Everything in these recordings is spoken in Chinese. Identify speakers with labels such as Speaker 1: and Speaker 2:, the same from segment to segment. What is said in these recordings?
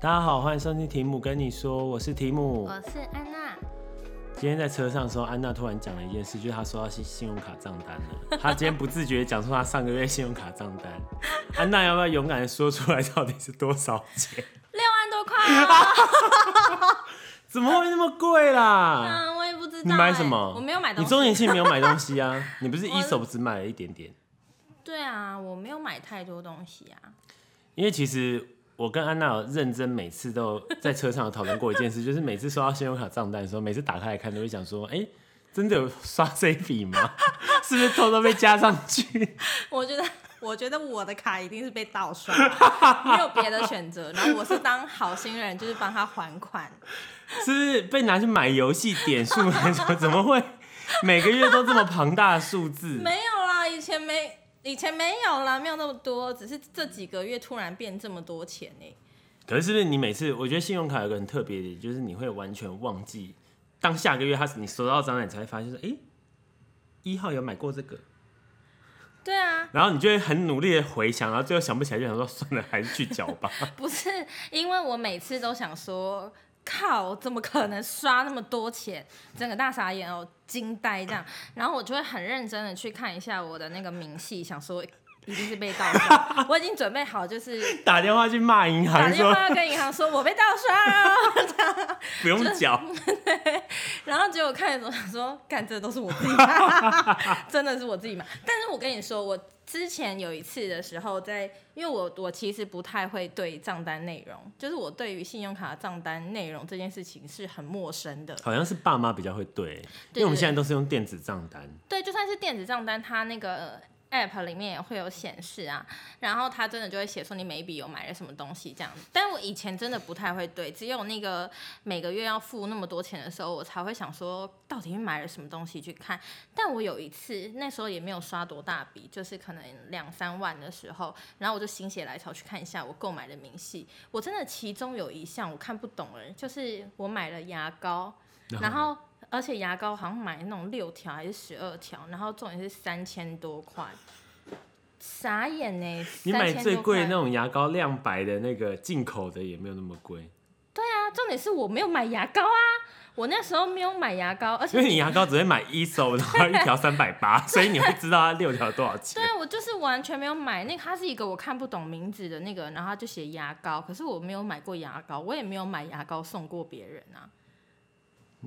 Speaker 1: 大家好，欢迎收听提姆跟你说，我是提姆。
Speaker 2: 我是安娜，
Speaker 1: 今天在车上的时候，安娜突然讲了一件事，就是她收到信信用卡账单了。她今天不自觉讲出她上个月信用卡账单。安娜要不要勇敢的说出来，到底是多少 钱？
Speaker 2: 六万多块 啊！
Speaker 1: 怎么会那么贵啦？
Speaker 2: 嗯，我也不知道、欸。
Speaker 1: 你买什么？
Speaker 2: 我没有买东
Speaker 1: 你
Speaker 2: 西。
Speaker 1: 周年庆没有买东西 啊？你不是
Speaker 2: 我
Speaker 1: 一手只买了一点点？
Speaker 2: 对啊，我没有买太多东西啊。
Speaker 1: 因为其实我跟安娜有认真每次都在车上有讨论过一件事，就是每次收到信用卡账单的时候，每次打开来看都会想说，哎、真的有刷这一笔吗？ 是不是偷偷被加上去？
Speaker 2: 我 觉得，我觉得我的卡一定是被盗刷，没有别的选择。然后我是当好心人，就是帮他还款。
Speaker 1: 是不是被拿去买游戏点数来说，怎么会每个月都这么庞大的数字？
Speaker 2: 没有啦，以前没，以前没有啦，没有那么多，只是这几个月突然变这么多钱欸呢、
Speaker 1: 可是是不是你每次，我觉得信用卡有个很特别的，就是你会完全忘记，当下个月他你收到账单，你才会发现说，哎、一号有买过这个，
Speaker 2: 对啊，
Speaker 1: 然后你就会很努力的回想，然后最后想不起来，就想说算了，还是去缴 吧。
Speaker 2: 不是因为我每次都想说，靠，怎么可能刷那么多钱？整个大傻眼哦，惊呆这样。然后我就会很认真的去看一下我的那个明细，想说一定是被盗刷。我已经准备好，就是
Speaker 1: 打电话去骂银
Speaker 2: 打
Speaker 1: 行
Speaker 2: 电
Speaker 1: 说
Speaker 2: 话要跟银行说我被盗刷了。
Speaker 1: 不用缴，
Speaker 2: 然后结果看的时候想说，干，这都是我自己买，真的是 我自己买。但是我跟你说，我之前有一次的时候在，因为我我其实不太会对账单内容，就是我对于信用卡账单内容这件事情是很陌生的。
Speaker 1: 好像是爸妈比较会对，因为我们现在都是用电子账单，
Speaker 2: 对，就算是电子账单，它那个。app 里面也会有显示啊，然后它真的就会写说你每一笔有买了什么东西这样。但我以前真的不太会对，只有那个每个月要付那么多钱的时候，我才会想说到底买了什么东西去看。但我有一次那时候也没有刷多大笔，就是可能两三万的时候，然后我就心血来潮去看一下我购买的明细。我真的其中有一项我看不懂了，就是我买了牙膏，然后而且牙膏好像买那种六条还是十二条，然后重点是三千多块，傻眼呢、
Speaker 1: 你买
Speaker 2: 3000
Speaker 1: 最
Speaker 2: 多
Speaker 1: 贵的
Speaker 2: 块
Speaker 1: 那种牙膏亮白的那个进口的也没有那么贵，
Speaker 2: 啊，重点是我没有买牙膏啊，我那时候没有买牙膏，而且
Speaker 1: 因为你牙膏只会买一 手，然后一条三百八，所以你会知道它六条多少钱
Speaker 2: 对。我就是完全没有买那个，它是一个我看不懂名字的那个，然后它就写牙膏，可是我没有买过牙膏，我也没有买牙膏送过别人啊，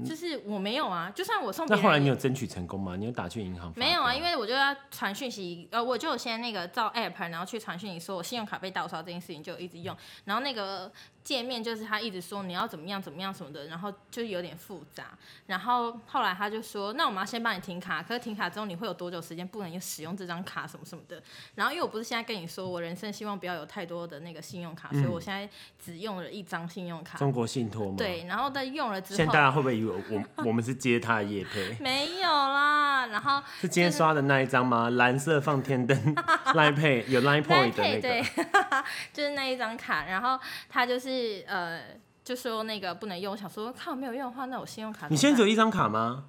Speaker 2: 就是我没有啊，就算我送别
Speaker 1: 那
Speaker 2: 人
Speaker 1: 后来你
Speaker 2: 也
Speaker 1: 有争取成功吗？你有打去银行？
Speaker 2: 没有啊，因
Speaker 1: 为。
Speaker 2: 为我就要传讯息，呃，我就有先那个造 app，然后去传讯息说我信用卡被盗刷这件事情，就一直用。然后那个界面就是他一直说你要怎么样怎么样什么的，然后就有点复杂。然后后来他就说，那我们要先帮你停卡，可是停卡之后你会有多久时间不能使用这张卡什么什么的。然后因为我不是现在跟你说，我人生希望不要有太多的那个信用卡，所以我现在只用了一张信用卡。
Speaker 1: 中国信托吗？。
Speaker 2: 对，然后在用了之
Speaker 1: 现在
Speaker 2: 后
Speaker 1: 大家会不会以为我我们是接他的业配？
Speaker 2: 没有啦，然后
Speaker 1: 是今天刷的那一张吗？蓝色放天 灯，Line Pay 有 Line Point 的那
Speaker 2: 对
Speaker 1: 个，，
Speaker 2: 就是那一张卡，然后他就是呃，就说那个不能用，我想说靠没有用的话，那我信用卡
Speaker 1: 你现在只
Speaker 2: 怎么
Speaker 1: 有一张卡吗？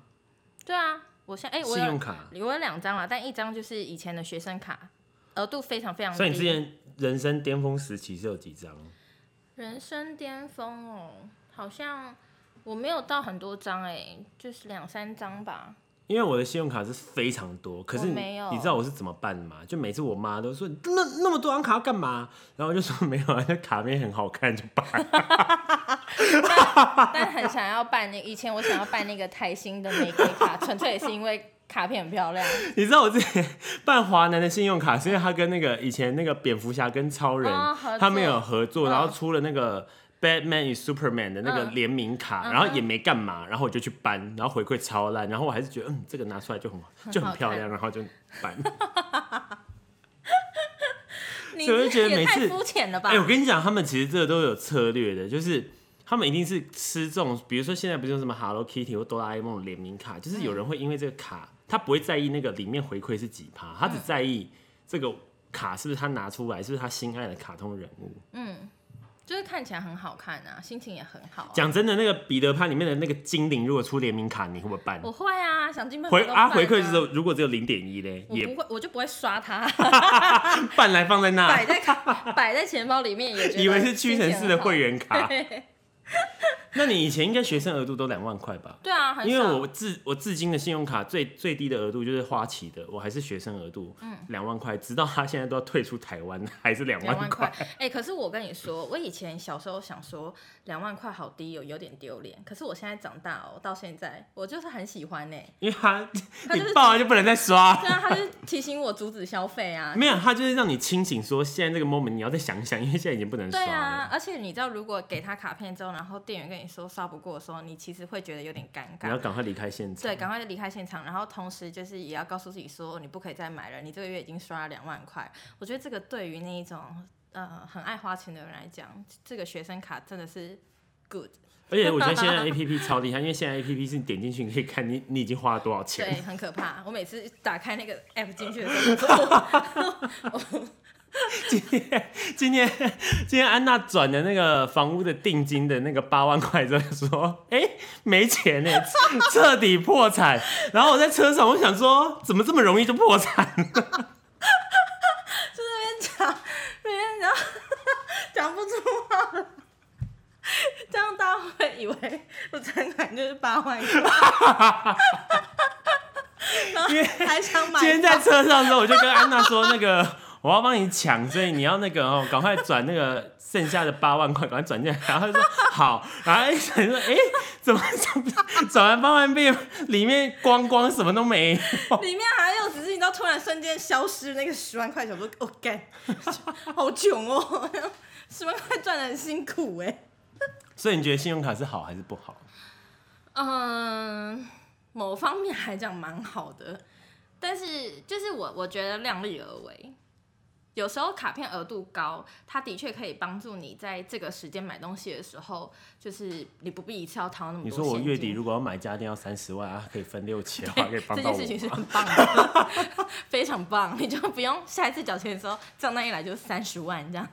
Speaker 2: 办对啊，我现在哎、 我
Speaker 1: 信用
Speaker 2: 有
Speaker 1: 卡，
Speaker 2: 我有两张啦，但一张就是以前的学生卡，额度非常非常低，
Speaker 1: 所以你之前人生巅峰时期是有几张？
Speaker 2: 人生巅峰哦，好像我没有到很多张哎、就是两三张 吧，
Speaker 1: 因为我的信用卡是非常多，可是
Speaker 2: 我
Speaker 1: 你
Speaker 2: 没有
Speaker 1: 你知道我是怎么办的吗？就每次我妈都说那那么多张卡要干嘛？然后我就说 没有啊，那卡面很好看就办。
Speaker 2: 但很想要办那以前我想要办那个台新的玫瑰卡，纯粹也是因为卡片很漂亮。
Speaker 1: 你知道我之前办华南的信用卡，是因为他跟那个以前那个蝙蝠侠跟超人、
Speaker 2: 哦合作
Speaker 1: 他们有合作，
Speaker 2: 嗯
Speaker 1: 然后出了那个 Batman 与 Superman 的那个
Speaker 2: 嗯
Speaker 1: 联名卡，然后也没干嘛，然后我就去搬，然后回馈超烂，然后我还是觉得嗯这个拿出来就很就很
Speaker 2: 很好
Speaker 1: 漂
Speaker 2: 看
Speaker 1: 亮，然后就搬。
Speaker 2: 你
Speaker 1: 所以我就觉得
Speaker 2: 这也
Speaker 1: 每
Speaker 2: 太
Speaker 1: 次
Speaker 2: 肤浅了吧？
Speaker 1: 哎、我跟你讲，他们其实这个都有策略的，就是他们一定是吃这种，比如说现在不是有什么 Hello Kitty 或哆啦 A 梦联名卡，就是
Speaker 2: 嗯
Speaker 1: 有人会因为这个卡，他不会在意那个里面回馈是几趴，他只
Speaker 2: 哦
Speaker 1: 在意这个卡是不是他拿出来，是不是他心爱的卡通人物。嗯，
Speaker 2: 就是看起来很好看啊，心情也很好啊、
Speaker 1: 讲真的，那个彼得潘里面的那个精灵，如果出联名卡，你会不会办？
Speaker 2: 我会啊，想尽办法
Speaker 1: 回
Speaker 2: 都
Speaker 1: 啊，
Speaker 2: 办
Speaker 1: 回馈之后，如果只有零点一嘞，
Speaker 2: 我
Speaker 1: 也
Speaker 2: 不会，我就不会 刷它，
Speaker 1: 办来放在那
Speaker 2: 摆，在卡摆在钱包里面也觉得
Speaker 1: 以为是屈臣氏的会
Speaker 2: 员。
Speaker 1: 员卡。 那你以前应该学生额度都两万块吧？
Speaker 2: 对啊，很
Speaker 1: 因为
Speaker 2: 少
Speaker 1: 我至我至今的信用卡最最低的额度就是花旗的，我还是学生额度，
Speaker 2: 嗯
Speaker 1: 两万块，直到他现在都要退出台湾，还是两
Speaker 2: 两万块
Speaker 1: 块。，
Speaker 2: 哎、可是我跟你说，我以前小时候想说两万块好低哦，有点丢脸。可是我现在长大哦，到现在我就是很喜欢呢、
Speaker 1: 因为他
Speaker 2: 他
Speaker 1: 你
Speaker 2: 就是
Speaker 1: 报了就不能再 刷，
Speaker 2: 对啊，他就提醒我阻止消费啊。
Speaker 1: 没有，他就是让 你清醒说，现在这个 moment 你要再想想，因为现在已经不能刷了。
Speaker 2: 对啊，而且你知道，如果给他卡片之后，然后店员跟你说刷不过的时候，你其实会觉得有点尴
Speaker 1: 你要
Speaker 2: 尬。
Speaker 1: 赶快离开现场。
Speaker 2: 对，赶快离开现场，然后同时就是也要告诉自己说，你不可以再买了，你这个月已经刷了两万块。我觉得这个对于那一种呃很爱花钱的人来讲，这个学生卡真的是 good。
Speaker 1: 而且我觉得 现在 A P P 超厉害，因为现在 A P P 是你点进去你可以看你你已经花了多少
Speaker 2: 对，
Speaker 1: 钱。
Speaker 2: 很可怕。我每次打开那个 app 进去的时候，
Speaker 1: 今天 今天安娜转的那个房屋的定金的那个八万块之后说，哎、没钱呢、彻底破产。然后我在车上，我想说怎么这么容易就破产？
Speaker 2: 每天 然后 讲不出话了， 这样大家会以为我存款就是八万块，然后还想买
Speaker 1: 今天在
Speaker 2: 房。
Speaker 1: 车上的时候，我就跟安娜说，那个我要帮你抢，所以你要那个哦，赶快转那个剩下的八万块，赶快转进来。然后她就说好，然后一想说，哎、怎么转转完八万变里面光光什么都没有？
Speaker 2: 里面还有，只是你知道，突然瞬间消失那个十万块，想说，我、哦、干， 好穷哦， 十万块赚的很辛苦哎。
Speaker 1: 所以你觉得信用卡是好还是不好？
Speaker 2: 嗯，某方面来讲蛮好的，但是就是我我觉得量力而为。有时候卡片额度高，它的确可以帮助你在这个时间买东西的时候，就是你不必一次要掏那么多
Speaker 1: 你
Speaker 2: 现
Speaker 1: 说我
Speaker 2: 金。
Speaker 1: 月底如果要买家电要三十万啊，可以分六期的话，可以帮
Speaker 2: 这
Speaker 1: 到我
Speaker 2: 件事情是
Speaker 1: 吗。
Speaker 2: 很棒的， 非常棒，你就不用下一次缴钱的时候账单一来就是三十万这样。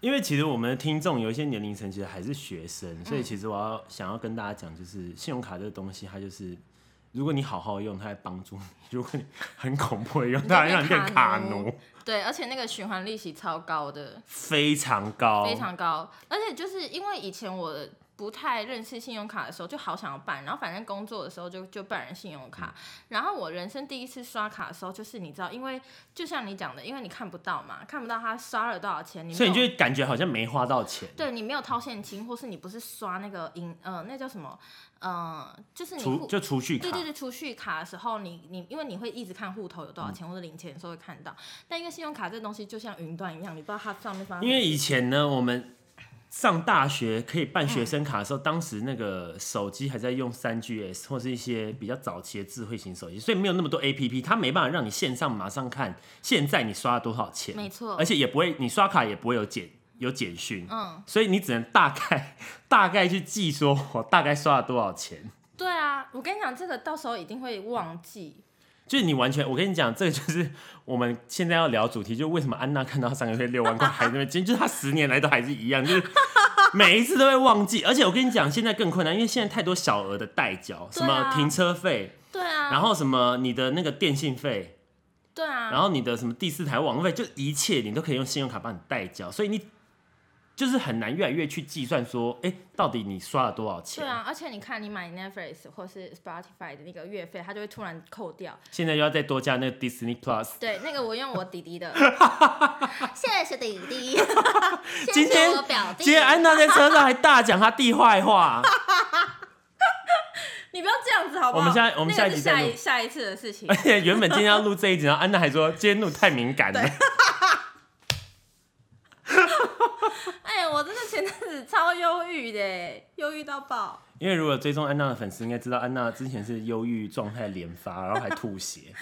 Speaker 1: 因为其实我们的听众有一些年龄层其实还是学生，
Speaker 2: 嗯
Speaker 1: 所以其实我要想要跟大家讲，就是信用卡这个东西，它就是如果你好好用，它会帮助你； 如果你很恐怖的用，
Speaker 2: 你就
Speaker 1: 它会让你变
Speaker 2: 变
Speaker 1: 卡
Speaker 2: 卡奴
Speaker 1: 奴，
Speaker 2: 对，而且那个循环利息超高的，
Speaker 1: 非常高，
Speaker 2: 非常高，而且就是因为以前我不太认识信用卡的时候，就好想要办，然后反正工作的时候就就办人信用卡，
Speaker 1: 嗯
Speaker 2: 然后我人生第一次刷卡的时候，就是你知道，因为就像你讲的，因为你看不到嘛，看不到他刷了多少钱，你没
Speaker 1: 所以
Speaker 2: 有
Speaker 1: 你就会感觉好像没花到钱。
Speaker 2: 对你没有掏现金，或是你不是刷那个银呃那叫什么呃，就是你
Speaker 1: 储
Speaker 2: 户
Speaker 1: 就储蓄卡
Speaker 2: 对，对对，储蓄卡的时候，你你因为你会一直看户头有多少钱、或者领钱的时候会看到，但因为信用卡这东西就像云端一样，你不知道它上面发生
Speaker 1: 因为以前呢，我们上大学可以办学生卡的时候，当时那个手机还在用三 GS 或是一些比较早期的智慧型手机，所以没有那么多 APP，它没办法让你线上马上看现在你刷了多少钱，
Speaker 2: 没错
Speaker 1: 而且也不会你刷卡也不会有简有简讯，
Speaker 2: 嗯，
Speaker 1: 所以你只能大概 大概去记说我大概刷了多少钱。
Speaker 2: 对啊，我跟你讲，这个到时候一定会忘记。
Speaker 1: 就是你完全，我跟你讲，这个就是我们现在要聊主题，就是为什么安娜看到三个月六万块还在那边煎，就是她十年来都还是一样，就是每一次都会忘记。而且我跟你讲，现在更困难，因为现在太多小额的代缴，什
Speaker 2: 对啊
Speaker 1: 么停车费，
Speaker 2: 对啊，
Speaker 1: 然后什么你的那个电信费，
Speaker 2: 对啊，
Speaker 1: 然后你的什么第四台网费，就一切你都可以用信用卡帮你代缴，所以你就是很难越来越去计算说，哎、到底你刷了多少钱
Speaker 2: 对？啊，而且你看，你买 Netflix 或是 Spotify 的那个月费，它就会突然扣掉。
Speaker 1: 现在又要再多加那个 Disney Plus。
Speaker 2: 对，那个我用我弟弟的，谢谢是弟弟，谢
Speaker 1: 今
Speaker 2: 谢
Speaker 1: 天
Speaker 2: 我表弟
Speaker 1: 今。天安娜在车上还大讲她弟坏话，
Speaker 2: 你不要这样子好不好？
Speaker 1: 我们现在我们
Speaker 2: 那
Speaker 1: 下一
Speaker 2: 个
Speaker 1: 集
Speaker 2: 是
Speaker 1: 再
Speaker 2: 下
Speaker 1: 录哎
Speaker 2: 一下一次的事情
Speaker 1: 而。且原本今天要录这一集，然后安娜还说今天录太敏感了。
Speaker 2: 哎，我真的前阵子超忧郁的，欸忧郁到爆。
Speaker 1: 因为如果追踪安娜的粉丝，应该知道安娜之前是忧郁状态连发，然后还吐血，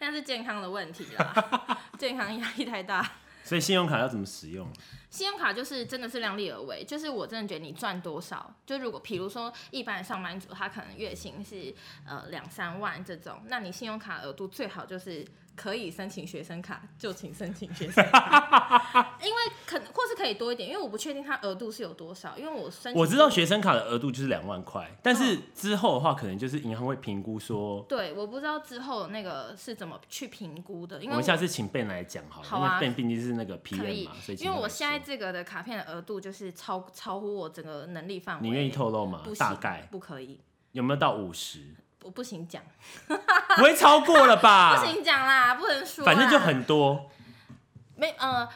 Speaker 2: 那是健康的问题啦，健康压力太大。
Speaker 1: 所以信用卡要怎么使用？
Speaker 2: 信用卡就是真的是量力而为，就是我真的觉得你赚多少，就如果比如说一般的上班族，他可能月薪是呃两三万这种，那你信用卡额度最好就是可以申请学生卡就请申请学生 卡，因为可能或是可以多一点，因为我不确定它额度是有多少，因为我申请
Speaker 1: 我知道学生卡的额度就是两万块，但是之后的话，可能就是银行会评估说，
Speaker 2: 对，我不知道之后那个是怎么去评估的，因
Speaker 1: 我
Speaker 2: 为
Speaker 1: 们下次请 Ben 来讲好了，
Speaker 2: 好啊
Speaker 1: 因为 Ben 毕竟是那个
Speaker 2: 可
Speaker 1: PM
Speaker 2: 以
Speaker 1: 嘛，所以，请
Speaker 2: 因为
Speaker 1: 他来
Speaker 2: 我现在
Speaker 1: 说
Speaker 2: 这个的卡片的额度就是超超乎我整个能力范围，
Speaker 1: 你愿意透露吗
Speaker 2: 不？行
Speaker 1: 大概
Speaker 2: 不可以，
Speaker 1: 有没有到五十？
Speaker 2: 我不行讲，
Speaker 1: 不会超过了吧？
Speaker 2: 不行讲啦，不啊能说啦，
Speaker 1: 啊反正就很多，
Speaker 2: 没呃，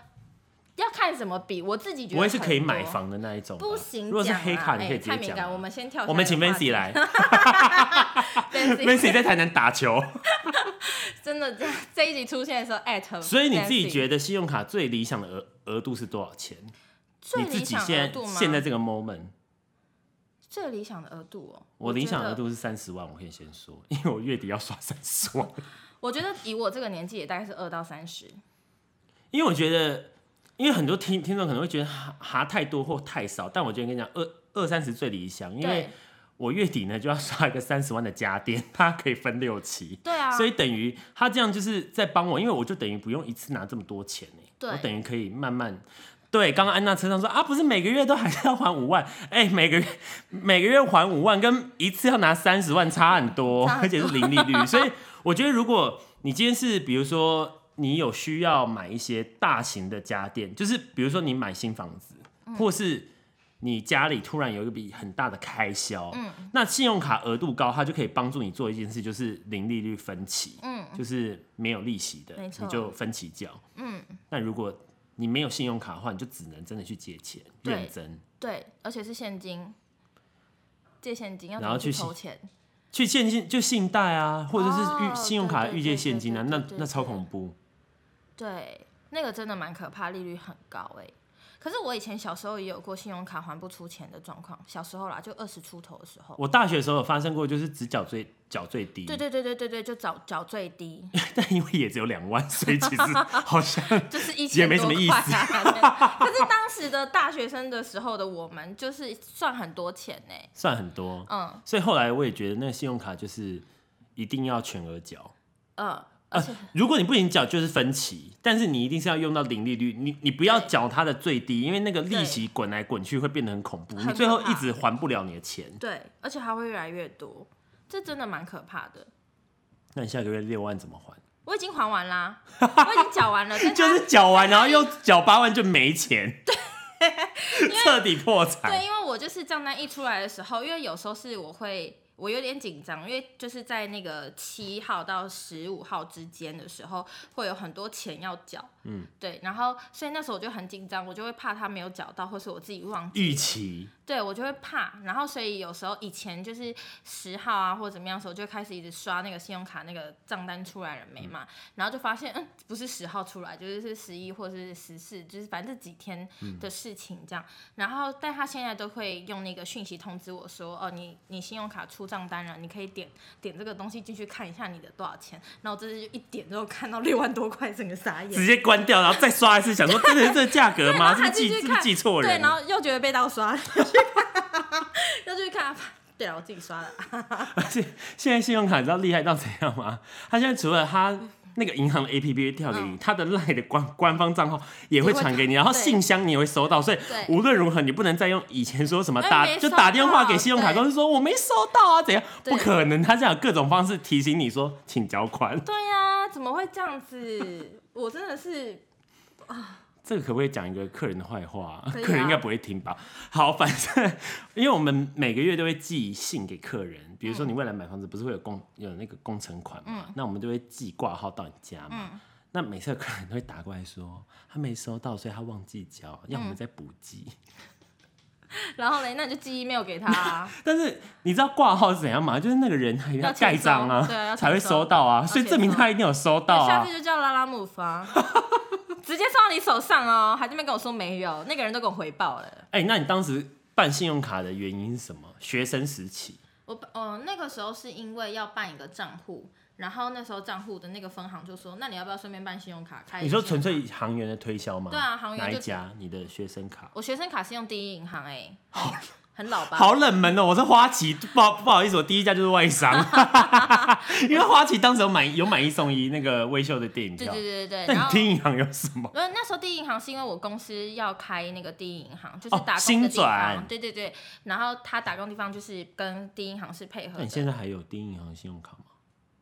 Speaker 2: 要看怎么比，我自己觉得
Speaker 1: 不会是可以买
Speaker 2: 很多，
Speaker 1: 房的那一种吧。
Speaker 2: 不行讲啦，
Speaker 1: 如果是黑卡，你可以
Speaker 2: 哎
Speaker 1: 直
Speaker 2: 太
Speaker 1: 接
Speaker 2: 敏
Speaker 1: 讲
Speaker 2: 感，
Speaker 1: 啊。
Speaker 2: 我们先跳，
Speaker 1: 我们请 v i n c y 来 v i n c y
Speaker 2: ，Fancy
Speaker 1: 在台南打球，
Speaker 2: 真的这这一集出现的时候艾特，
Speaker 1: 所以你自己
Speaker 2: 得
Speaker 1: 觉得信用卡最理想的额额度是多少钱？
Speaker 2: 最
Speaker 1: 你自
Speaker 2: 理
Speaker 1: 己
Speaker 2: 想额
Speaker 1: 现
Speaker 2: 度
Speaker 1: 在
Speaker 2: 吗？
Speaker 1: 现在这个 moment，
Speaker 2: 最理想的额度哦，
Speaker 1: 我理
Speaker 2: 觉
Speaker 1: 想
Speaker 2: 得
Speaker 1: 额度是三十万，我可以先说，因为我月底要刷三十万，
Speaker 2: 我觉得以我这个年纪也大概是二到三十，
Speaker 1: 因为我觉得，因为很多听听众可能会觉得哈哈太多或太少，但我觉得跟你讲，二二三十最理想，因为
Speaker 2: 对
Speaker 1: 我月底呢就要刷一个三十万的家电，它可以分六期。
Speaker 2: 对啊，
Speaker 1: 所以等于他这样就是在帮我，因为我就等于不用一次拿这么多钱呢、
Speaker 2: 对
Speaker 1: 我等于可以慢慢。对，刚刚安娜车上说啊，不是每个月都还是要还五万， 哎、每个月每个月还五万，跟一次要拿三十万差很多，
Speaker 2: 差
Speaker 1: 而
Speaker 2: 很多
Speaker 1: 且是零利率，所以我觉得如果你今天是比如说你有需要买一些大型的家电，就是比如说你买新房子，
Speaker 2: 嗯
Speaker 1: 或是你家里突然有一笔很大的开销，
Speaker 2: 嗯
Speaker 1: 那信用卡额度高，它就可以帮助你做一件事，就是零利率分期，
Speaker 2: 嗯
Speaker 1: 就是没有利息的，
Speaker 2: 没错
Speaker 1: 你就分期缴，嗯。那如果你没有信用卡的话，你就只能真的去借钱，
Speaker 2: 对
Speaker 1: 认真
Speaker 2: 对，而且是现金，借现金要怎
Speaker 1: 然后
Speaker 2: 么去
Speaker 1: 去
Speaker 2: 筹钱？
Speaker 1: 去现金就信贷啊，或者是预、
Speaker 2: 哦
Speaker 1: 信用卡预借现金啊，
Speaker 2: 对对对对对
Speaker 1: 那那超恐怖。
Speaker 2: 对，那个真的蛮可怕，利率很高哎、可是我以前小时候也有过信用卡还不出钱的状况，小时候啦，就二十出头的时候。
Speaker 1: 我大学的时候有发生过，就是只缴最缴最低，
Speaker 2: 对对对对对对，就找找最低，
Speaker 1: 但因为也只有两万，所以其实好像
Speaker 2: 就是一
Speaker 1: 也
Speaker 2: 千
Speaker 1: 没
Speaker 2: 多
Speaker 1: 什么
Speaker 2: 块、
Speaker 1: 意
Speaker 2: 啊。
Speaker 1: 思
Speaker 2: 对可是当时的大学生的时候的我们，就是算很多钱欸呢、
Speaker 1: 算很多。
Speaker 2: 嗯
Speaker 1: 所以后来我也觉得那个信用卡就是一定要全额缴。
Speaker 2: 嗯，而
Speaker 1: 啊
Speaker 2: 且、
Speaker 1: 如果你不仅缴就是分期，但是你一定是要用到零利率，你你不要缴它的最低，因为那个利息滚来滚去会变得很恐怖，
Speaker 2: 很可怕
Speaker 1: 你最后一直还不了你的钱。
Speaker 2: 对，而且还会越来越多，这真的蛮可怕的。
Speaker 1: 那你下个月六万怎么还？
Speaker 2: 我已经还完啦，我已经缴完了，但
Speaker 1: 就
Speaker 2: 它
Speaker 1: 是缴完然后又缴八万就没钱， 彻底破
Speaker 2: 对，
Speaker 1: 产。
Speaker 2: 因为我就是账单一出来的时候，因为有时候是我会。我有点紧张，因为就是在那个七号到十五号之间的时候，会有很多钱要缴，嗯，对，然后所以那时候我就很紧张，我就会怕他没有缴到，或是我自己忘记，
Speaker 1: 预期
Speaker 2: 对我就会怕，然后所以有时候以前就是十号啊或者怎么样的时候，就开始一直刷那个信用卡那个账单出来了没嘛，然后就发现嗯不是十号出来，就是是十一或是十四，就是反正这几天的事情这样。然后但他现在都会用那个讯息通知我说哦你你信用卡出账单了，你可以点点这个东西进去看一下你的多少钱。然后我这次就一点之后看到六万多块，整个傻眼
Speaker 1: 直。接关掉，然后再刷一次，想说真的是这个价格吗？
Speaker 2: 对然后
Speaker 1: 是不
Speaker 2: 还
Speaker 1: 是记
Speaker 2: 继续
Speaker 1: 是不是
Speaker 2: 看
Speaker 1: 记错
Speaker 2: 对，
Speaker 1: 人
Speaker 2: 然
Speaker 1: 了？
Speaker 2: 后又觉得被盗刷，又去看。 对了，我自啊己刷的，
Speaker 1: 而且现在信用卡你知道厉害到怎样吗？ 他现在除了他那个银行的 APP 会跳给你，他的 LINE 的官官方账号也会传给你，
Speaker 2: 嗯也
Speaker 1: 然
Speaker 2: 会
Speaker 1: 后
Speaker 2: 对
Speaker 1: 信箱你也会收到，所以
Speaker 2: 对
Speaker 1: 无论如何你不能再用以前说什么
Speaker 2: 哎
Speaker 1: 打
Speaker 2: 没
Speaker 1: 就
Speaker 2: 收
Speaker 1: 打电话
Speaker 2: 到
Speaker 1: 给信用卡
Speaker 2: 对
Speaker 1: 公司说我没收到啊怎样？
Speaker 2: 对
Speaker 1: 不可能，他这样有各种方式提醒你说请缴款，
Speaker 2: 对呀、怎么会这样子？我真的是
Speaker 1: 这个可不可以讲一个客人的坏话、
Speaker 2: 可以啊
Speaker 1: 客人应该不会听吧？好，反正因为我们每个月都会寄信给客人，比如说你未来买房子不是会有工有那个工程款
Speaker 2: 嗯
Speaker 1: 嘛？那我们就会寄挂号到你家嘛。那每次客人都会打过来说他没收到，所以他忘记交，
Speaker 2: 嗯
Speaker 1: 要我们再补寄。
Speaker 2: 然后嘞，那你就寄 email 给 他、啊，
Speaker 1: 但是你知道挂号是怎样吗？就是那个人还
Speaker 2: 要签
Speaker 1: 盖章啊
Speaker 2: 收对啊要，签
Speaker 1: 才会收到啊，所以
Speaker 2: 签
Speaker 1: 证明
Speaker 2: 收
Speaker 1: 他一定有收到
Speaker 2: 对下
Speaker 1: 啊
Speaker 2: 次。就叫拉拉姆 发，直接送到你手上哦。还这边跟我说没有，那个人都给我回报了。
Speaker 1: 哎、那你当时办信用卡的原因是什么？学生时期。
Speaker 2: 呃我嗯、那个时候是因为要办一个账户，然后那时候账户的那个分行就说，那你要不要顺便办信用卡开？
Speaker 1: 你说纯粹行员的推销吗？
Speaker 2: 啊对啊行员
Speaker 1: 哪一
Speaker 2: 就
Speaker 1: 家？你的学生卡？
Speaker 2: 我学生卡是用第一银行哎、很老吧？
Speaker 1: 好冷门哦！我是花旗，不好不好意思，我第一家就是外 商，因为花旗当时有买有买一送一那个微秀的电影
Speaker 2: 对
Speaker 1: 票
Speaker 2: 对。对对对，
Speaker 1: 但
Speaker 2: 然
Speaker 1: 你
Speaker 2: 后。
Speaker 1: 听银行有什么？
Speaker 2: 因为呃那时候第一银行是因为我公司要开那个第一银行，就是打工
Speaker 1: 哦新
Speaker 2: 的地方，
Speaker 1: 转
Speaker 2: 对对对。然后他打工地方就是跟第一银行是配合
Speaker 1: 那你现
Speaker 2: 的。
Speaker 1: 在还有第一银行信用卡吗？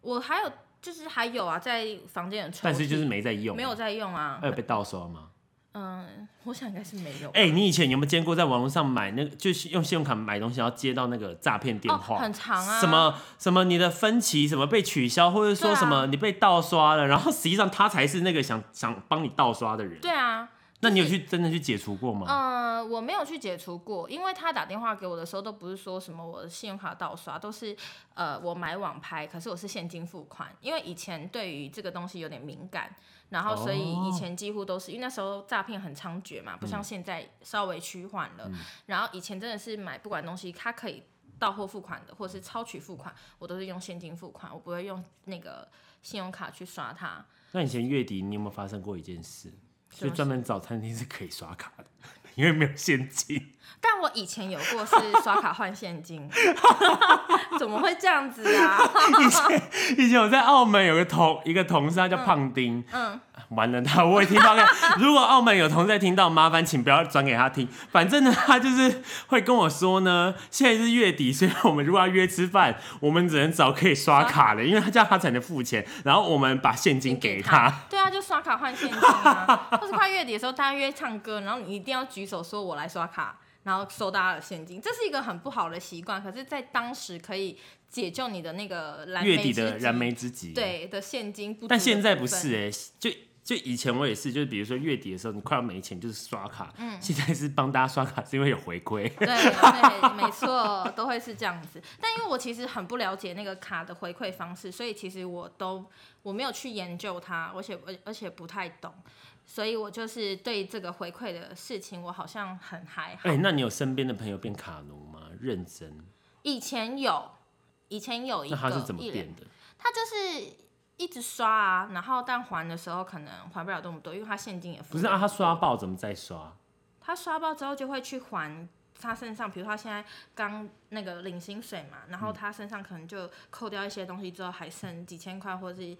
Speaker 2: 我还有就是还有啊，在房间有抽屉，
Speaker 1: 但是就是没在用，
Speaker 2: 没有在用啊
Speaker 1: 还。有被盗刷吗？
Speaker 2: 嗯，我想应该是没有。
Speaker 1: 哎、你以前有没有见过在网络上买那个，就是用信用卡买东西，然后接到那个诈骗电话、
Speaker 2: 哦很长啊
Speaker 1: 什么什么你的分期什么被取消，或者说
Speaker 2: 对啊
Speaker 1: 什么你被盗刷了，然后实际上他才是那个想想帮你盗刷的人。
Speaker 2: 对啊，
Speaker 1: 那你有去真的去解除过吗？
Speaker 2: 嗯，我没有去解除过，因为他打电话给我的时候都不是说什么我的信用卡盗刷，都是呃我买网拍，可是我是现金付款，因为以前对于这个东西有点敏感，然后所以
Speaker 1: 哦嗯
Speaker 2: 以前几乎都是因为那时候诈骗很猖獗嘛，不像现在稍微趋缓了，然后以前真的是买不管东西，它可以到货付款的，或是超取付款，我都是用现金付款，我不会用那个信用卡去刷它。
Speaker 1: 那以前月底你有没有发生过一件事？
Speaker 2: 什
Speaker 1: 就
Speaker 2: 么事
Speaker 1: 专门找餐厅是可以刷卡的， 因为没有现金。
Speaker 2: 但我以前有过是刷卡换现金，怎么会这样子啊？
Speaker 1: 以前我在澳门有个同一个同事，他叫胖丁，完了他，我也听到了。如果澳门有同事在听到，麻烦请不要转给他听。反正呢，他就是会跟我说呢，现在是月底，所以我们如果要约吃饭，我们只能找可以刷卡的，因为他这样他才能付钱，然后我们把现金给他。。
Speaker 2: 对啊，就刷卡换现金啊，或是快月底的时候大家约唱歌，然后你一定要举手说我来刷卡，然后收大家的现金，这是一个很不好的习惯，可是，在当时可以解救你的那个燃
Speaker 1: 月
Speaker 2: 眉
Speaker 1: 底
Speaker 2: 之
Speaker 1: 的
Speaker 2: 急
Speaker 1: 燃眉之急。。
Speaker 2: 对的现金不足的部分，
Speaker 1: 但现在不是哎、就就以前我也是，就是比如说月底的时候，你快要没钱就是刷卡，现在是帮大家刷卡，是因为有回馈。
Speaker 2: 对对，没错，都会是这样子。但因为我其实很不了解那个卡的回馈方式，所以其实我都我没有去研究它，而且而而且不太懂，所以我就是对这个回馈的事情，我好像很还好。
Speaker 1: 哎、那你有身边的朋友变卡奴吗？认真，
Speaker 2: 以前有，以前有一
Speaker 1: 那
Speaker 2: 个，
Speaker 1: 他是怎么
Speaker 2: 一两
Speaker 1: 变的？
Speaker 2: 他就是一直刷啊，然后但还的时候可能还不了那么多，因为他现金也付
Speaker 1: 不是啊，他刷爆怎么再刷？
Speaker 2: 他刷爆之后就会去还他身上，比如说他现在刚那个领薪水嘛，然后他身上可能就扣掉一些东西之后，还剩几千块或者是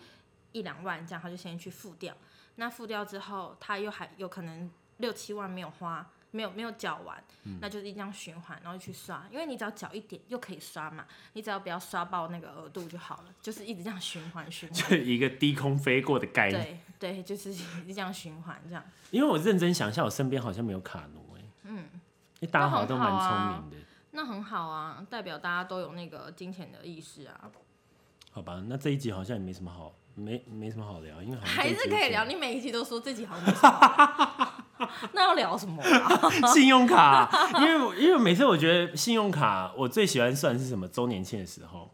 Speaker 2: 一两万这样，他就先去付掉。那付掉之后，他又还有可能六七万没有花，没有没有缴完，那就是一这样循环，然后去刷，因为你只要缴一点又可以刷嘛，你只要不要刷爆那个额度就好了，就是一直这样循环循 环。
Speaker 1: 就一个低空飞过的概念。
Speaker 2: 对对，就是一直这样循环这样。
Speaker 1: 因为我认真想一下，我身边好像没有卡奴哎、嗯，因为大家好像都蛮
Speaker 2: 啊
Speaker 1: 聪明的。
Speaker 2: 那很好啊，代表大家都有那个金钱的意识啊，
Speaker 1: 哦好吧，那这一集好像也没什么好，没没什么好聊，因为好像
Speaker 2: 还是
Speaker 1: 这一集
Speaker 2: 可以聊。你每一集都说自己好没什么， 那要聊什么啊？
Speaker 1: 信用卡，因为我因为每次我觉得信用卡，我最喜欢算是什么周年庆的时候，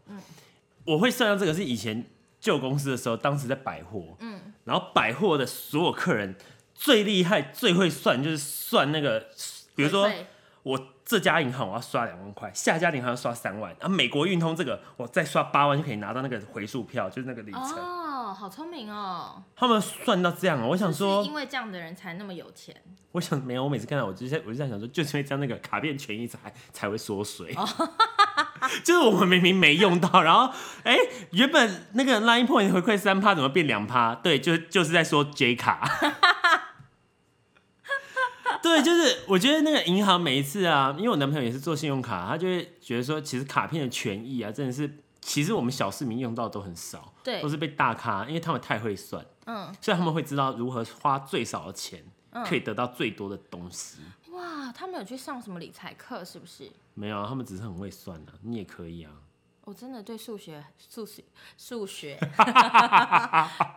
Speaker 1: 我会算到这个是以前旧公司的时候，当时在百货，嗯，然后百货的所有客人最厉害、最会算就是算那个，比如说
Speaker 2: 对
Speaker 1: 我这家银行我要刷两万块，下家银行要刷三万，然啊后美国运通这个我再刷八万就可以拿到那个回数票，就是那个里程。
Speaker 2: 哦，好聪明哦！
Speaker 1: 他们算到这样，啊我想
Speaker 2: 就是
Speaker 1: 说，
Speaker 2: 因为这样的人才那么有钱，
Speaker 1: 我想没有，我每次看到我就在我就在想说，就是因为这样那个卡片权益才才会缩水。 就是我们明明没用到，然后哎、原本那个 Line Point 回馈三趴，怎么变两趴？对，就就是在说 J 卡。 对，就是我觉得那个银行每一次啊，因为我男朋友也是做信用卡，他就会觉得说，其实卡片的权益啊，真的是，其实我们小市民用到都很少，
Speaker 2: 对
Speaker 1: 都是被大咖，因为他们太会算，
Speaker 2: 嗯，
Speaker 1: 所以他们会知道如何花最少的钱，可以得到最多的东西。
Speaker 2: 哇，他们有去上什么理财课是不是？
Speaker 1: 没有啊，他们只是很会算啊，你也可以啊。
Speaker 2: 我真的对数学、数学、数 学，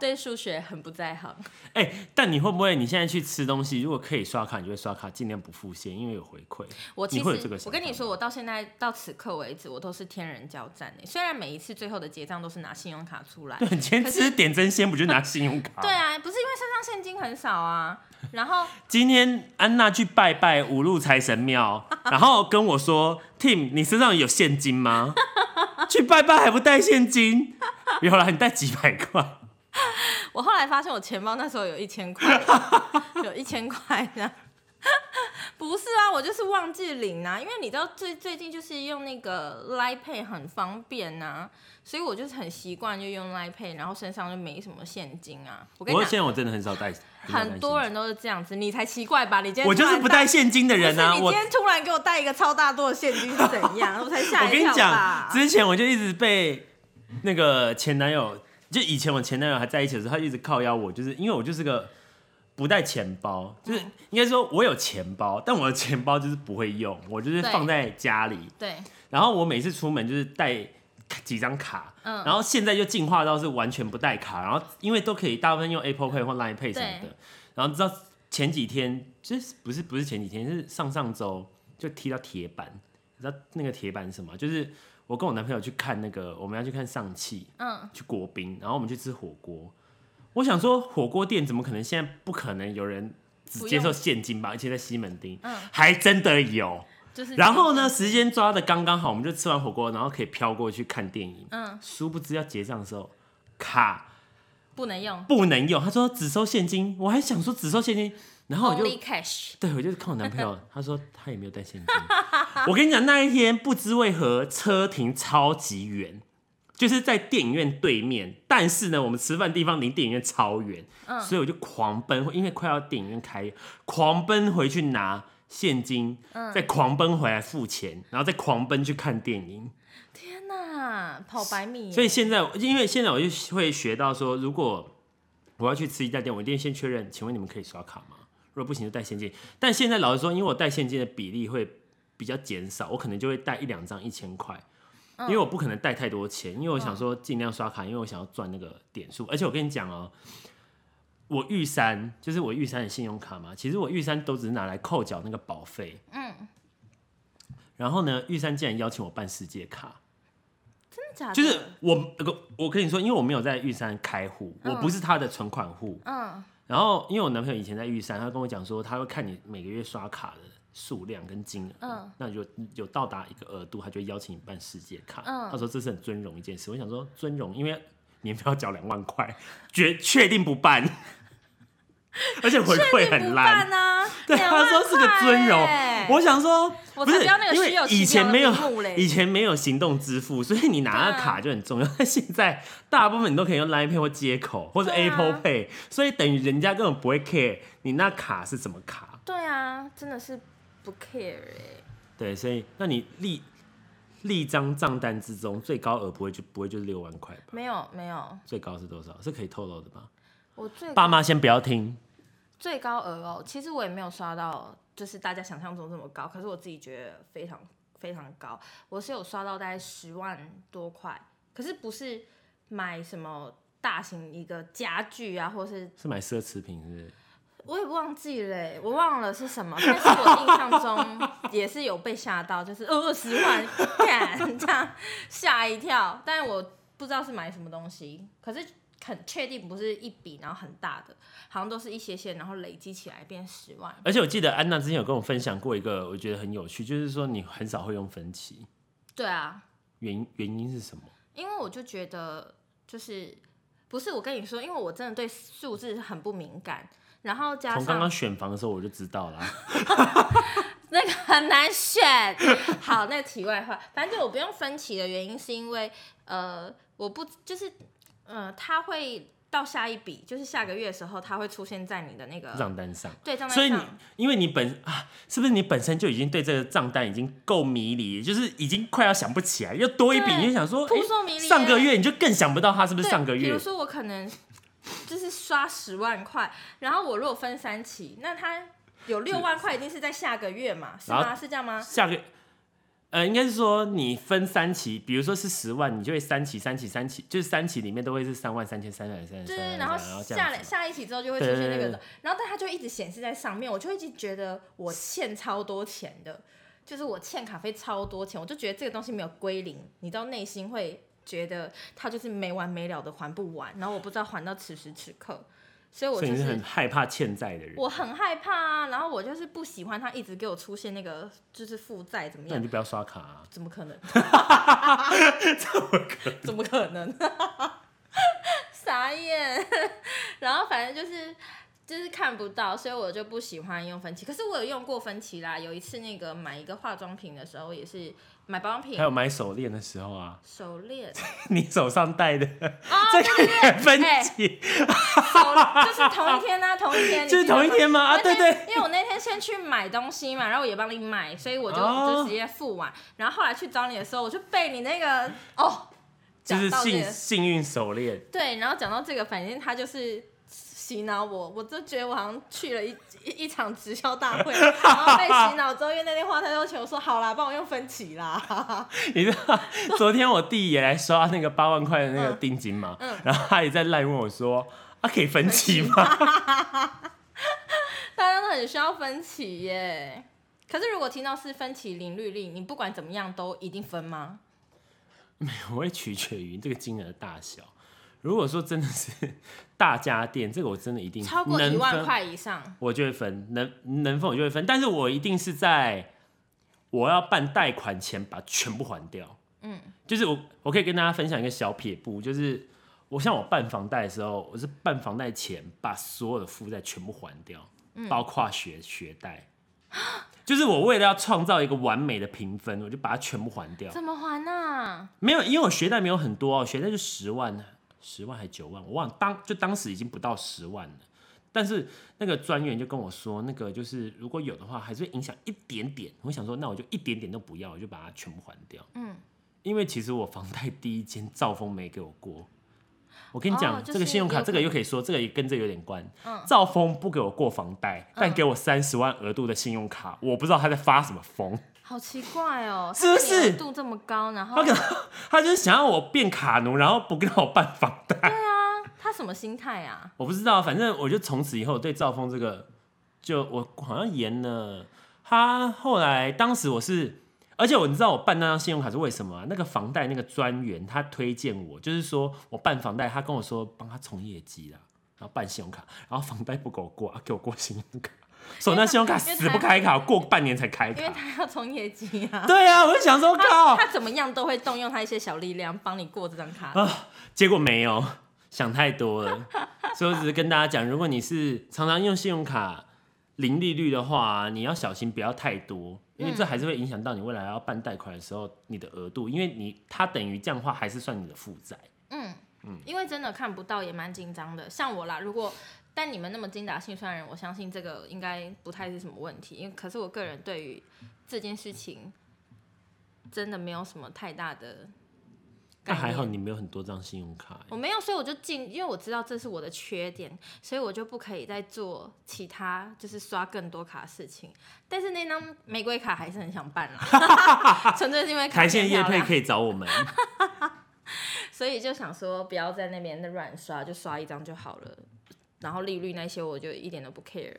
Speaker 2: 对数学很不在行。
Speaker 1: 哎、但你会不会你现在去吃东西，如果可以刷卡，你就会刷卡，尽量不付现，因为有回 馈。
Speaker 2: 我其
Speaker 1: 你
Speaker 2: 实
Speaker 1: 会有这个想法
Speaker 2: 我跟你说，我到现在到此刻为止，我都是天人交战诶。虽然每一次最后的结账都是拿信用 卡出来，
Speaker 1: 对，你今天
Speaker 2: 可
Speaker 1: 吃
Speaker 2: 是
Speaker 1: 点真鲜不就拿信用卡？
Speaker 2: 对啊，不是因为身上现金很少啊，然后
Speaker 1: 今天安娜去拜拜五路财神庙，然后跟我说：“Tim，你身上有现金吗？” 去拜拜还不带现金？有啦，你带几百块，
Speaker 2: 我后来发现我钱包那时候有一千块，有一千块这样。不是啊，我就是忘记领啊，因为你知道最最近就是用那个 Line Pay 很方便呐、所以我就是很习惯就用 Line Pay，然后身上就没什么现金啊。我跟你
Speaker 1: 我
Speaker 2: 讲，
Speaker 1: 现在我真的很少带，很少带现金
Speaker 2: 很多。人都是这样子，你才奇怪吧？你今天
Speaker 1: 我就
Speaker 2: 突
Speaker 1: 是
Speaker 2: 然
Speaker 1: 不带现金的人啊！
Speaker 2: 不是你
Speaker 1: 我
Speaker 2: 今天突然给我带一个超大多的现金是怎样？我才 吓
Speaker 1: 我
Speaker 2: 一
Speaker 1: 跟你
Speaker 2: 跳
Speaker 1: 讲
Speaker 2: 吧，。
Speaker 1: 之前我就一直被那个前男友，就以前我前男友还在一起的时候，他就一直靠邀我，就是因为我就是个不带钱包，就是
Speaker 2: 嗯
Speaker 1: 应该说我有钱包，但我的钱包就是不会用，我就是
Speaker 2: 对
Speaker 1: 放在家里。
Speaker 2: 对，
Speaker 1: 然后我每次出门就是带几张卡，
Speaker 2: 嗯
Speaker 1: 然后现在就进化到是完全不带卡，然后因为都可以大部分用 Apple Pay 或 Line Pay 什么
Speaker 2: 对
Speaker 1: 的，然后直到前几天，就是不是不是前几天，是上上周就踢到铁板，你知道那个铁板是什么？就是我跟我男朋友去看那个，我们要去看上汽，
Speaker 2: 嗯，
Speaker 1: 去国宾，然后我们去吃火锅。我想说，火锅店怎么可能现在不可能有人只
Speaker 2: 不用
Speaker 1: 接受现金吧？而且在西门町，
Speaker 2: 嗯
Speaker 1: 还真的有。
Speaker 2: 就是。
Speaker 1: 然后呢，？时间抓的刚刚好，我们就吃完火锅，然后可以飘过去看电影。
Speaker 2: 嗯，
Speaker 1: 殊不知要结账的时候，卡
Speaker 2: 不能用
Speaker 1: 不能用，他说只收现金，我还想说只收现金，然后我哦就
Speaker 2: ，Only Cash。
Speaker 1: 对我就看我男朋友，他说他也没有带现金。我跟你讲，那一天不知为何车停超级远，就是在电影院对面，但是呢，我们吃饭地方离电影院超远，所以我就狂奔，因为快要电影院开，狂奔回去拿现金，再狂奔回来付钱，然后再狂奔去看电影。
Speaker 2: 天哪，跑百米耶！
Speaker 1: 所以现在，因为现在我就会学到说，如果我要去吃一家店，我一定先确认，请问你们可以刷卡吗？如果不行就带现金。但现在老实说，因为我带现金的比例会比较减少，我可能就会带一两张一千块，因为我不可能带太多钱，因为我想说尽量刷卡，因为我想要赚那个点数。而且我跟你讲哦、我玉山就是我玉山的信用卡嘛，其实我玉山都只是拿来扣缴那个保费。嗯。然后呢，玉山竟然邀请我办世界卡，
Speaker 2: 真的假的？
Speaker 1: 就是我，呃我跟你说，因为我没有在玉山开户，我不是他的存款户。
Speaker 2: 嗯，
Speaker 1: 然后，因为我男朋友以前在玉山，他跟我讲说，他会看你每个月刷卡的数量跟金额，
Speaker 2: 嗯
Speaker 1: 那你就有到达一个额度，他就会邀请你办世界卡。
Speaker 2: 嗯
Speaker 1: 他说这是很尊荣一件事。我想说尊荣，因为年票缴两万块，决确定不办， 而且回馈很烂。
Speaker 2: 啊！
Speaker 1: 对，他说是个尊荣。
Speaker 2: 欸
Speaker 1: 我想说，不
Speaker 2: 我才
Speaker 1: 是
Speaker 2: 不要那个
Speaker 1: 因
Speaker 2: 虚
Speaker 1: 为
Speaker 2: 有其
Speaker 1: 以前
Speaker 2: 表的
Speaker 1: 没有
Speaker 2: 名目嘞
Speaker 1: 以前没有行动支付，所以你拿
Speaker 2: 对
Speaker 1: 个
Speaker 2: 啊
Speaker 1: 卡就很重要。 但现在大部分你都可以用 Line Pay 或接口或者
Speaker 2: 对啊
Speaker 1: Apple Pay，、所以等于人家根本不会 care 你那卡是什么卡。
Speaker 2: 对啊，真的是不 care 哎。
Speaker 1: 对，所以那你立立张账单之中最高额不会就不会就是六万块吧？
Speaker 2: 没有没有，
Speaker 1: 最高是多少？是可以透露的吗？
Speaker 2: 我最
Speaker 1: 爸妈先不要听，
Speaker 2: 最高额哦，其实我也没有刷到，就是大家想象中这么高，可是我自己觉得非常非常高。我是有刷到大概十万多块，可是不是买什么大型一个家具啊，或是
Speaker 1: 是买奢侈品是不是？
Speaker 2: 我也忘记了欸，我忘了是什么，但是我印象中也是有被吓到，就是呃十万，干这样吓一跳，但是我不知道是买什么东西，可是很确定不是一笔，然后很大的，好像都是一些些，然后累积起来变十万。
Speaker 1: 而且我记得安娜之前有跟我分享过一个，我觉得很有趣，就是说你很少会用分期，
Speaker 2: 对啊，
Speaker 1: 原因原因是什么？
Speaker 2: 因为我就觉得就是不是我跟你说，因为我真的对数字很不敏感，然后加
Speaker 1: 从刚
Speaker 2: 上
Speaker 1: 刚选房的时候我就知道啊啦。
Speaker 2: 那个很难选。 好，那个题外话，反正我不用分歧的原因是因为，呃，我不就是，呃，它会到下一笔，就是下个月的时候，它会出现在你的那个
Speaker 1: 账单上。
Speaker 2: 呃对账
Speaker 1: 所
Speaker 2: 单
Speaker 1: 以你
Speaker 2: 上。，
Speaker 1: 因为你本啊，是不是你本身就已经对这个账单已经够迷离，就是已经快要想不起来，又多一笔，
Speaker 2: 对
Speaker 1: 你就想说，
Speaker 2: 扑
Speaker 1: 诶
Speaker 2: 朔迷离啊
Speaker 1: 上个月你就更想不到它是不
Speaker 2: 对，
Speaker 1: 是上个
Speaker 2: 比
Speaker 1: 月
Speaker 2: 如？说我可能就是刷十万块，然后我如果分三期，那它有六万块一定是在下个月嘛，是
Speaker 1: 然
Speaker 2: 吗？
Speaker 1: 后
Speaker 2: 是这样吗？
Speaker 1: 下个，呃，应该是说你分三期，比如说是十万，你就会三期、三期、三期，就是三期里面都会是三万、三千、三百、三千、
Speaker 2: 对对，
Speaker 1: 三
Speaker 2: 然后
Speaker 1: 万，然后这
Speaker 2: 下
Speaker 1: 样
Speaker 2: 来
Speaker 1: 子。
Speaker 2: 下一期之后就会出现那个的，然后但它就一直显示在上面，我就一直觉得我欠超多钱的，就是我欠卡费超多钱，我就觉得这个东西没有归零，你知道内心会觉得它就是没完没了的还不完，然后我不知道还到此时此刻，所以我
Speaker 1: 所以
Speaker 2: 就
Speaker 1: 你是
Speaker 2: 是
Speaker 1: 很害怕欠债的人，
Speaker 2: 我很害怕啊，然后我就是不喜欢他一直给我出现那个就是负债怎么
Speaker 1: 那你
Speaker 2: 样
Speaker 1: 就？不要刷卡、啊。
Speaker 2: 怎么可 能？ 怎么可能？ 怎么可能？傻眼。然后反正就是就是看不到，所以我就不喜欢用分期。可是我有用过分期啦，有一次那个买一个化妆品的时候，也是买保养品
Speaker 1: 还有买手链的时候啊，
Speaker 2: 手链，
Speaker 1: 你手上戴的，
Speaker 2: 哦，
Speaker 1: 这
Speaker 2: 对对
Speaker 1: 个也 分
Speaker 2: 哎
Speaker 1: 歧，
Speaker 2: 手就是同一天啊，同一天，你
Speaker 1: 就是
Speaker 2: 记得
Speaker 1: 同一
Speaker 2: 吗
Speaker 1: 天吗？啊，
Speaker 2: 那
Speaker 1: 对
Speaker 2: 天
Speaker 1: 对，
Speaker 2: 因为我那天先去买东西嘛，然后我也帮你买，所以我就、
Speaker 1: 哦
Speaker 2: 就直接付完。然后后来去找你的时候，我就被你那个哦，
Speaker 1: 就
Speaker 2: 讲
Speaker 1: 是
Speaker 2: 到这
Speaker 1: 幸
Speaker 2: 个
Speaker 1: 幸运手链，
Speaker 2: 对，然后讲到这个，反正他就是洗脑我，我就觉得我好像去了一一一场直销大会，然后被洗脑之后，因为那天花太多钱，我说好啦，帮我用分期啦。
Speaker 1: 你知道昨天我弟也来刷那个八万块的那个
Speaker 2: 嗯
Speaker 1: 定金嘛，
Speaker 2: 嗯
Speaker 1: 然后他也在赖问我说，啊，可以分期吗？
Speaker 2: 大家都很需要分期耶。可是如果听到是分期零利率，你不管怎么样都一定分吗？
Speaker 1: 我会取决于这个金额的大小。如果说真的是大家电，这个我真的一定
Speaker 2: 超过
Speaker 1: 能
Speaker 2: 一万
Speaker 1: 分
Speaker 2: 块以上，
Speaker 1: 我就会分，能能分我就会分，但是我一定是在我要办贷款前把全部还掉。
Speaker 2: 嗯，
Speaker 1: 就是我我可以跟大家分享一个小撇步，就是我像我办房贷的时候，我是办房贷前把所有的负债全部还掉，
Speaker 2: 嗯
Speaker 1: 包括学学贷。 就是我为了要创造一个完美的评分，我就把它全部还掉。
Speaker 2: 怎么还呢、
Speaker 1: 没有，因为我学贷没有很多哦，学贷就十万，十万还九万，我忘了当就当时已经不到十万了。但是那个专员就跟我说，那个就是如果有的话，还是会影响一点点。我想说，那我就一点点都不要，我就把它全部还掉。
Speaker 2: 嗯，
Speaker 1: 因为其实我房贷第一间兆丰没给我过。我跟你讲，
Speaker 2: 哦就是
Speaker 1: 这个信用卡
Speaker 2: 有可能
Speaker 1: 这个又可以说，这个也跟这个有点关。
Speaker 2: 嗯
Speaker 1: 兆丰不给我过房贷，但给我三十万额度的信用卡，我不知道他在发什么疯。
Speaker 2: 好奇怪哦，
Speaker 1: 是不
Speaker 2: 他的
Speaker 1: 是
Speaker 2: 粘度这么高，然
Speaker 1: 他
Speaker 2: 后
Speaker 1: 可能他就是想要我变卡奴，然后不给我办房贷。
Speaker 2: 他什么心态啊？
Speaker 1: 我不知道，反正我就从此以后对赵峰这个，就我好像延了。他后来当时我是，而且我你知道我办那张信用卡是为什么、啊？那个房贷那个专员他推荐我，就是说我办房贷，他跟我说帮他冲业绩啦，然后办信用卡，然后房贷不给我过，啊、给我过信用卡， 所以我那信用卡死不开卡，我过半年才开
Speaker 2: 因为
Speaker 1: 卡。
Speaker 2: 他要从业绩啊，
Speaker 1: 对啊，我就想说靠
Speaker 2: 他，他怎么样都会动用他一些小力量帮你过这张卡。
Speaker 1: 结果没有， 想太多了。所以我只是跟大家讲，如果你是常常用信用卡零利率的话，你要小心不要太多，因为这还是会影响到你未来要办贷款的时候你的额度，因为你它等于这样的话还是算你的负债。
Speaker 2: 嗯因为真的看不到也蛮紧张的。像我啦，如果但你们那么精打细算的人，我相信这个应该不太是什么问题。因为可是我个人对于这件事情真的没有什么太大的概
Speaker 1: 但
Speaker 2: 念。
Speaker 1: 还好你没有很多张信用卡、欸
Speaker 2: 我没有，所以我就进，因为我知道这是我的缺点，所以我就不可以再做其他就是刷更多卡的事情。但是那张玫瑰卡还是很想办啦， 纯粹是因为卡
Speaker 1: 台线
Speaker 2: 片
Speaker 1: 业
Speaker 2: 漂
Speaker 1: 配
Speaker 2: 亮
Speaker 1: 可以找我们，
Speaker 2: 所以就想说不要在那边乱刷，就刷一张就好了。然后利率那些我就一点都不 care，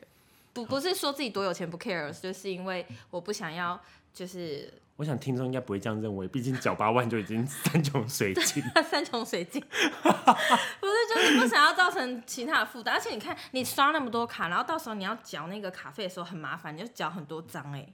Speaker 2: 不不是说自己多有钱不 care，就是因为我不想要就是
Speaker 1: 我想听众应该不会这样认为，毕竟缴八万就已经山穷水尽。
Speaker 2: 三重水晶，不是就是不想要造成其他的负担，而且你看你刷那么多卡，然后到时候你要缴那个卡费的时候很麻烦，你就缴很多张哎、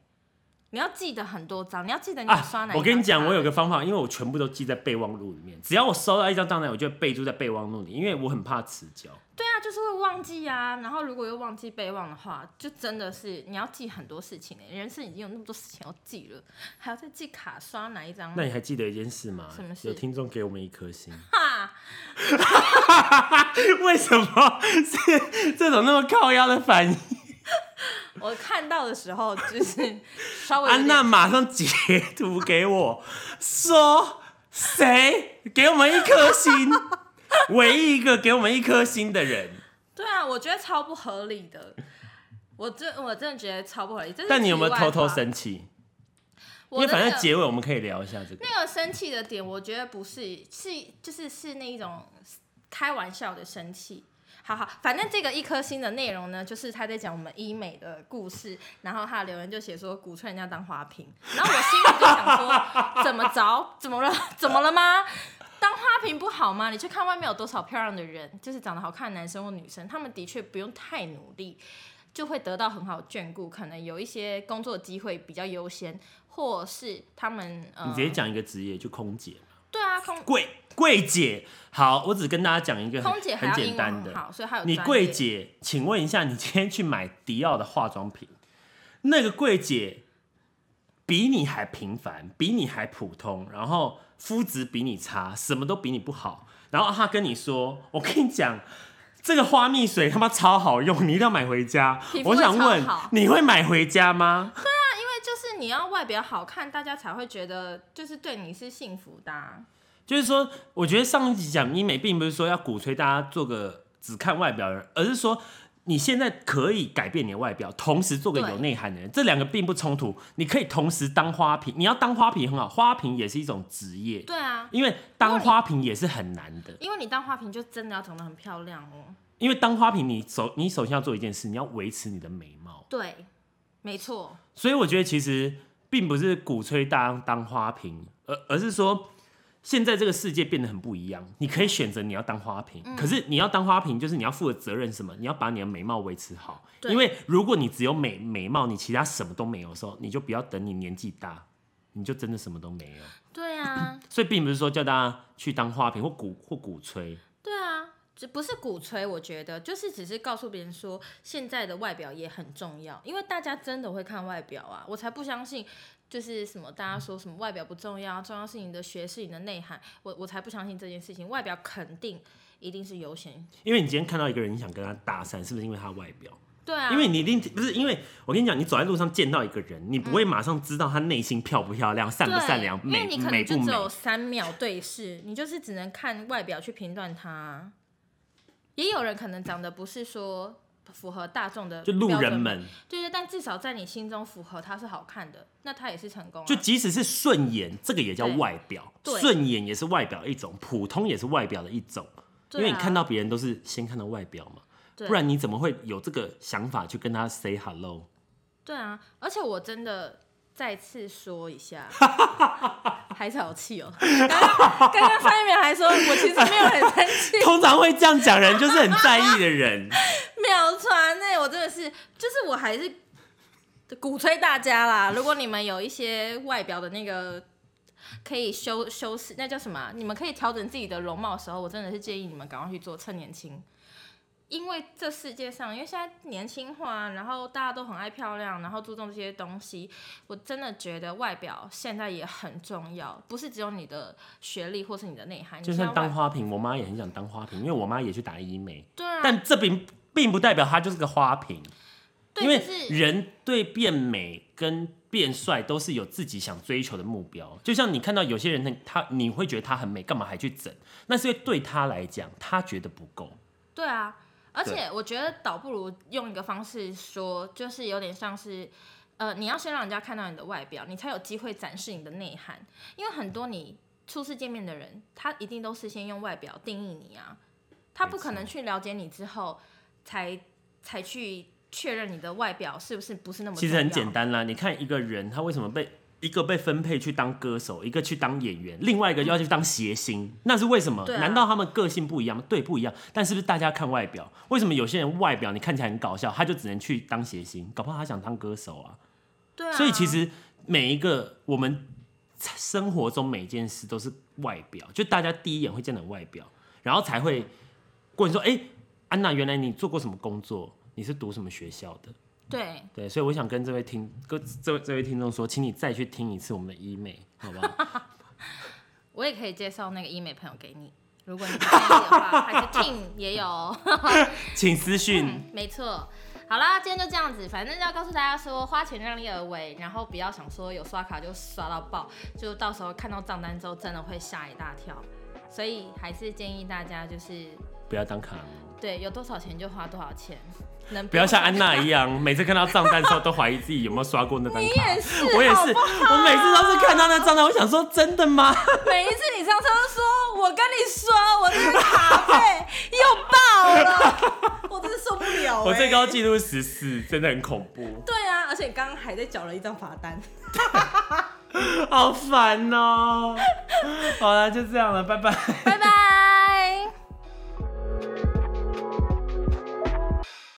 Speaker 2: 你要记得很多张，你要记得你有嗯刷哪一张卡、
Speaker 1: 啊我跟你讲，我有个方法，因为我全部都记在备忘录里面。只要我收到一张账单，我就会备注在备忘录里，因为我很怕迟交。
Speaker 2: 对啊，就是会忘记啊，然后如果又忘记备忘的话，就真的是你要记很多事情、欸、人生已经有那么多事情要记了，还要再记卡刷哪一张啊
Speaker 1: 那你还记得一件事吗？
Speaker 2: 什么事
Speaker 1: 有听众给我们一颗星，
Speaker 2: 哈？
Speaker 1: 为什么是这种那么靠腰的反应？
Speaker 2: 我看到的时候就是 稍微有
Speaker 1: 安娜
Speaker 2: 点
Speaker 1: 马上截图给我，说谁给我们一颗星？唯一一个给我们一颗星的人，
Speaker 2: 对啊，我觉得超不合理的。我真我真的觉得超不合理，这是
Speaker 1: 但你有没有
Speaker 2: 题外话
Speaker 1: 偷偷？生气？因
Speaker 2: 我
Speaker 1: 为
Speaker 2: 的那
Speaker 1: 反
Speaker 2: 个
Speaker 1: 正结尾我们可以聊一下这个。
Speaker 2: 那个生气的点，我觉得不是是就是是那一种开玩笑的生气。好好，反正这个一颗星的内容呢，就是他在讲我们医美的故事，然后他的留言就写说鼓吹人家当花瓶，然后我心里就想说，怎么着，怎么了，怎么了吗？当花评不好吗？你去看外面有多少漂亮的人，就是长得好看的男生或女生，他们的确不用太努力，就会得到很好的眷顾。可能有一些工作机会比较优先，或是他们呃，
Speaker 1: 你直接讲一个职业，就空姐嘛，
Speaker 2: 对啊，空
Speaker 1: 柜柜姐。好，我只跟大家讲一个 很
Speaker 2: 空姐还
Speaker 1: 很
Speaker 2: 要
Speaker 1: 简
Speaker 2: 英
Speaker 1: 单
Speaker 2: 文
Speaker 1: 的
Speaker 2: 很。好，所以还有
Speaker 1: 你
Speaker 2: 专
Speaker 1: 柜
Speaker 2: 业
Speaker 1: 姐，请问一下，你今天去买迪奥的化妆品，那个柜姐比你还平凡，比你还普通，然后肤质比你差，什么都比你不好，然后她跟你说，我跟你讲。这个花蜜水他妈超好用，你一定要买回家
Speaker 2: 皮。肤
Speaker 1: 我
Speaker 2: 会
Speaker 1: 想
Speaker 2: 超
Speaker 1: 问
Speaker 2: 好，
Speaker 1: 你会买回家吗？
Speaker 2: 就是你要外表好看，大家才会觉得就是对你是幸福的啊、
Speaker 1: 就是说，我觉得上一集讲医美，并不是说要鼓吹大家做个只看外表的人，而是说你现在可以改变你的外表，同时做个有
Speaker 2: 对
Speaker 1: 内涵的人，这两个并不冲突。你可以同时当花瓶，你要当花瓶很好，花瓶也是一种职业，
Speaker 2: 对啊，
Speaker 1: 因为当花瓶也是很难的。
Speaker 2: 因为你当花瓶就真的要长得很漂亮哦。
Speaker 1: 因为当花瓶你，首你首先要做一件事，你要维持你的美貌。
Speaker 2: 对，没错，
Speaker 1: 所以我觉得其实并不是鼓吹大家当花瓶，而而是说现在这个世界变得很不一样。你可以选择你要当花瓶，可是你要当花瓶，就是你要负的责任是什么？你要把你的美貌维持好。
Speaker 2: 对
Speaker 1: 因为如果你只有美美貌，你其他什么都没有的时候，你就不要等你年纪大，你就真的什么都没有。
Speaker 2: 对啊，
Speaker 1: 所以并不是说叫大家去当花瓶或鼓或鼓吹，
Speaker 2: 对啊，这不是鼓吹，我觉得就是只是告诉别人说，现在的外表也很重要，因为大家真的会看外表啊，我才不相信。就是什么，大家说什么外表不重要，啊重要是你的学识、你的内涵。我我才不相信这件事情，外表肯定一定是优先。
Speaker 1: 因为你今天看到一个人，你想跟他搭讪，是不是因为他的外表？
Speaker 2: 对啊，
Speaker 1: 因为你一定不是因为我跟你讲，你走在路上见到一个人，你不会马上知道他内心漂不漂亮、善不
Speaker 2: 对，
Speaker 1: 善良、
Speaker 2: 因为
Speaker 1: 美
Speaker 2: 你可
Speaker 1: 美
Speaker 2: 能
Speaker 1: 不
Speaker 2: 就只
Speaker 1: 美。
Speaker 2: 有三秒对视，你就是只能看外表去评断他。也有人可能长得不是说符合大众的，
Speaker 1: 就路人，们，
Speaker 2: 对对，但至少在你心中符合他是好看的，那他也是成功、啊。
Speaker 1: 就即使是顺眼，这个也叫
Speaker 2: 对
Speaker 1: 外表，
Speaker 2: 对
Speaker 1: 顺眼也是外表一种，普通也是外表的一种。因
Speaker 2: 对啊
Speaker 1: 为你看到别人都是先看到外表嘛，
Speaker 2: 对
Speaker 1: 不然你怎么会有这个想法去跟他 say hello？
Speaker 2: 对啊，而且我真的再次说一下， 还是好气哦。 刚刚刚刚上一秒还说我其实没有很生气，
Speaker 1: 通常会这样讲人，就是很在意的人。
Speaker 2: 秒传呢、我真的是，就是我还是鼓吹大家啦。如果你们有一些外表的那个可以修修饰，那叫什么啊、你们可以调整自己的容貌的时候，我真的是建议你们赶快去做，趁年轻。因为这世界上，因为现在年轻化，然后大家都很爱漂亮，然后注重这些东西，我真的觉得外表现在也很重要，不是只有你的学历或是你的内涵，你
Speaker 1: 就
Speaker 2: 现
Speaker 1: 算
Speaker 2: 在外
Speaker 1: 当花瓶，我妈也很想当花瓶，因为我妈也去打医美，
Speaker 2: 对啊，
Speaker 1: 但这并并不代表她就是个花瓶。
Speaker 2: 对
Speaker 1: 因为
Speaker 2: 就是
Speaker 1: 人对变美跟变帅都是有自己想追求的目标。就像你看到有些人，他你会觉得他很美，干嘛还去整？那是因为对他来讲，他觉得不够。
Speaker 2: 对啊，而
Speaker 1: 对
Speaker 2: 且我觉得倒不如用一个方式说，就是有点像是，呃，你要先让人家看到你的外表，你才有机会展示你的内涵。因为很多你初次见面的人，他一定都是先用外表定义你啊，他不可能去了解你之后才才去确认你的外表是不是不是那么
Speaker 1: 其实很
Speaker 2: 重要
Speaker 1: 简单啦，你看一个人，他为什么被一个被分配去当歌手，一个去当演员，另外一个要去当谐星，那是为什么？
Speaker 2: 对啊
Speaker 1: 难道他们个性不一样吗？对，不一样。但是不是大家看外表？为什么有些人外表你看起来很搞笑，他就只能去当谐星？搞不好他想当歌手啊。
Speaker 2: 对啊，
Speaker 1: 所以其实每一个我们生活中每一件事都是外表，就大家第一眼会见到你外表，然后才会过你说，哎、安娜，原来你做过什么工作？你是读什么学校的？
Speaker 2: 对
Speaker 1: 对，所以我想跟这位听跟这位这位听众说，请你再去听一次我们的医美，好不好？
Speaker 2: 我也可以介绍那个医美朋友给你。如果你不介意的话，还是 Team 也有哦。
Speaker 1: 请私讯。
Speaker 2: 嗯，没错。好啦，今天就这样子，反正要告诉大家说，花钱量力而为，然后不要想说有刷卡就刷到爆，就到时候看到账单之后真的会吓一大跳。所以还是建议大家就是，
Speaker 1: 不要当卡奴，
Speaker 2: 对，有多少钱就花多少钱，能
Speaker 1: 不要像
Speaker 2: 花
Speaker 1: 安娜一样，每次看到账单的时候都怀疑自己有没有刷过那张
Speaker 2: 你
Speaker 1: 卡。
Speaker 2: 也是，
Speaker 1: 我也
Speaker 2: 好
Speaker 1: 是，
Speaker 2: 不好
Speaker 1: 我每次都是看到那账单，我想说真的吗？
Speaker 2: 每一次你上车都说，我跟你说，我这个卡费又爆 了，我真的受不了、欸。
Speaker 1: 我最高纪录十四，真的很恐怖，
Speaker 2: 对啊，而且你刚刚还在缴了一张罚单。
Speaker 1: 好烦哦、
Speaker 3: 好了，就这样了，拜拜。
Speaker 1: 拜拜。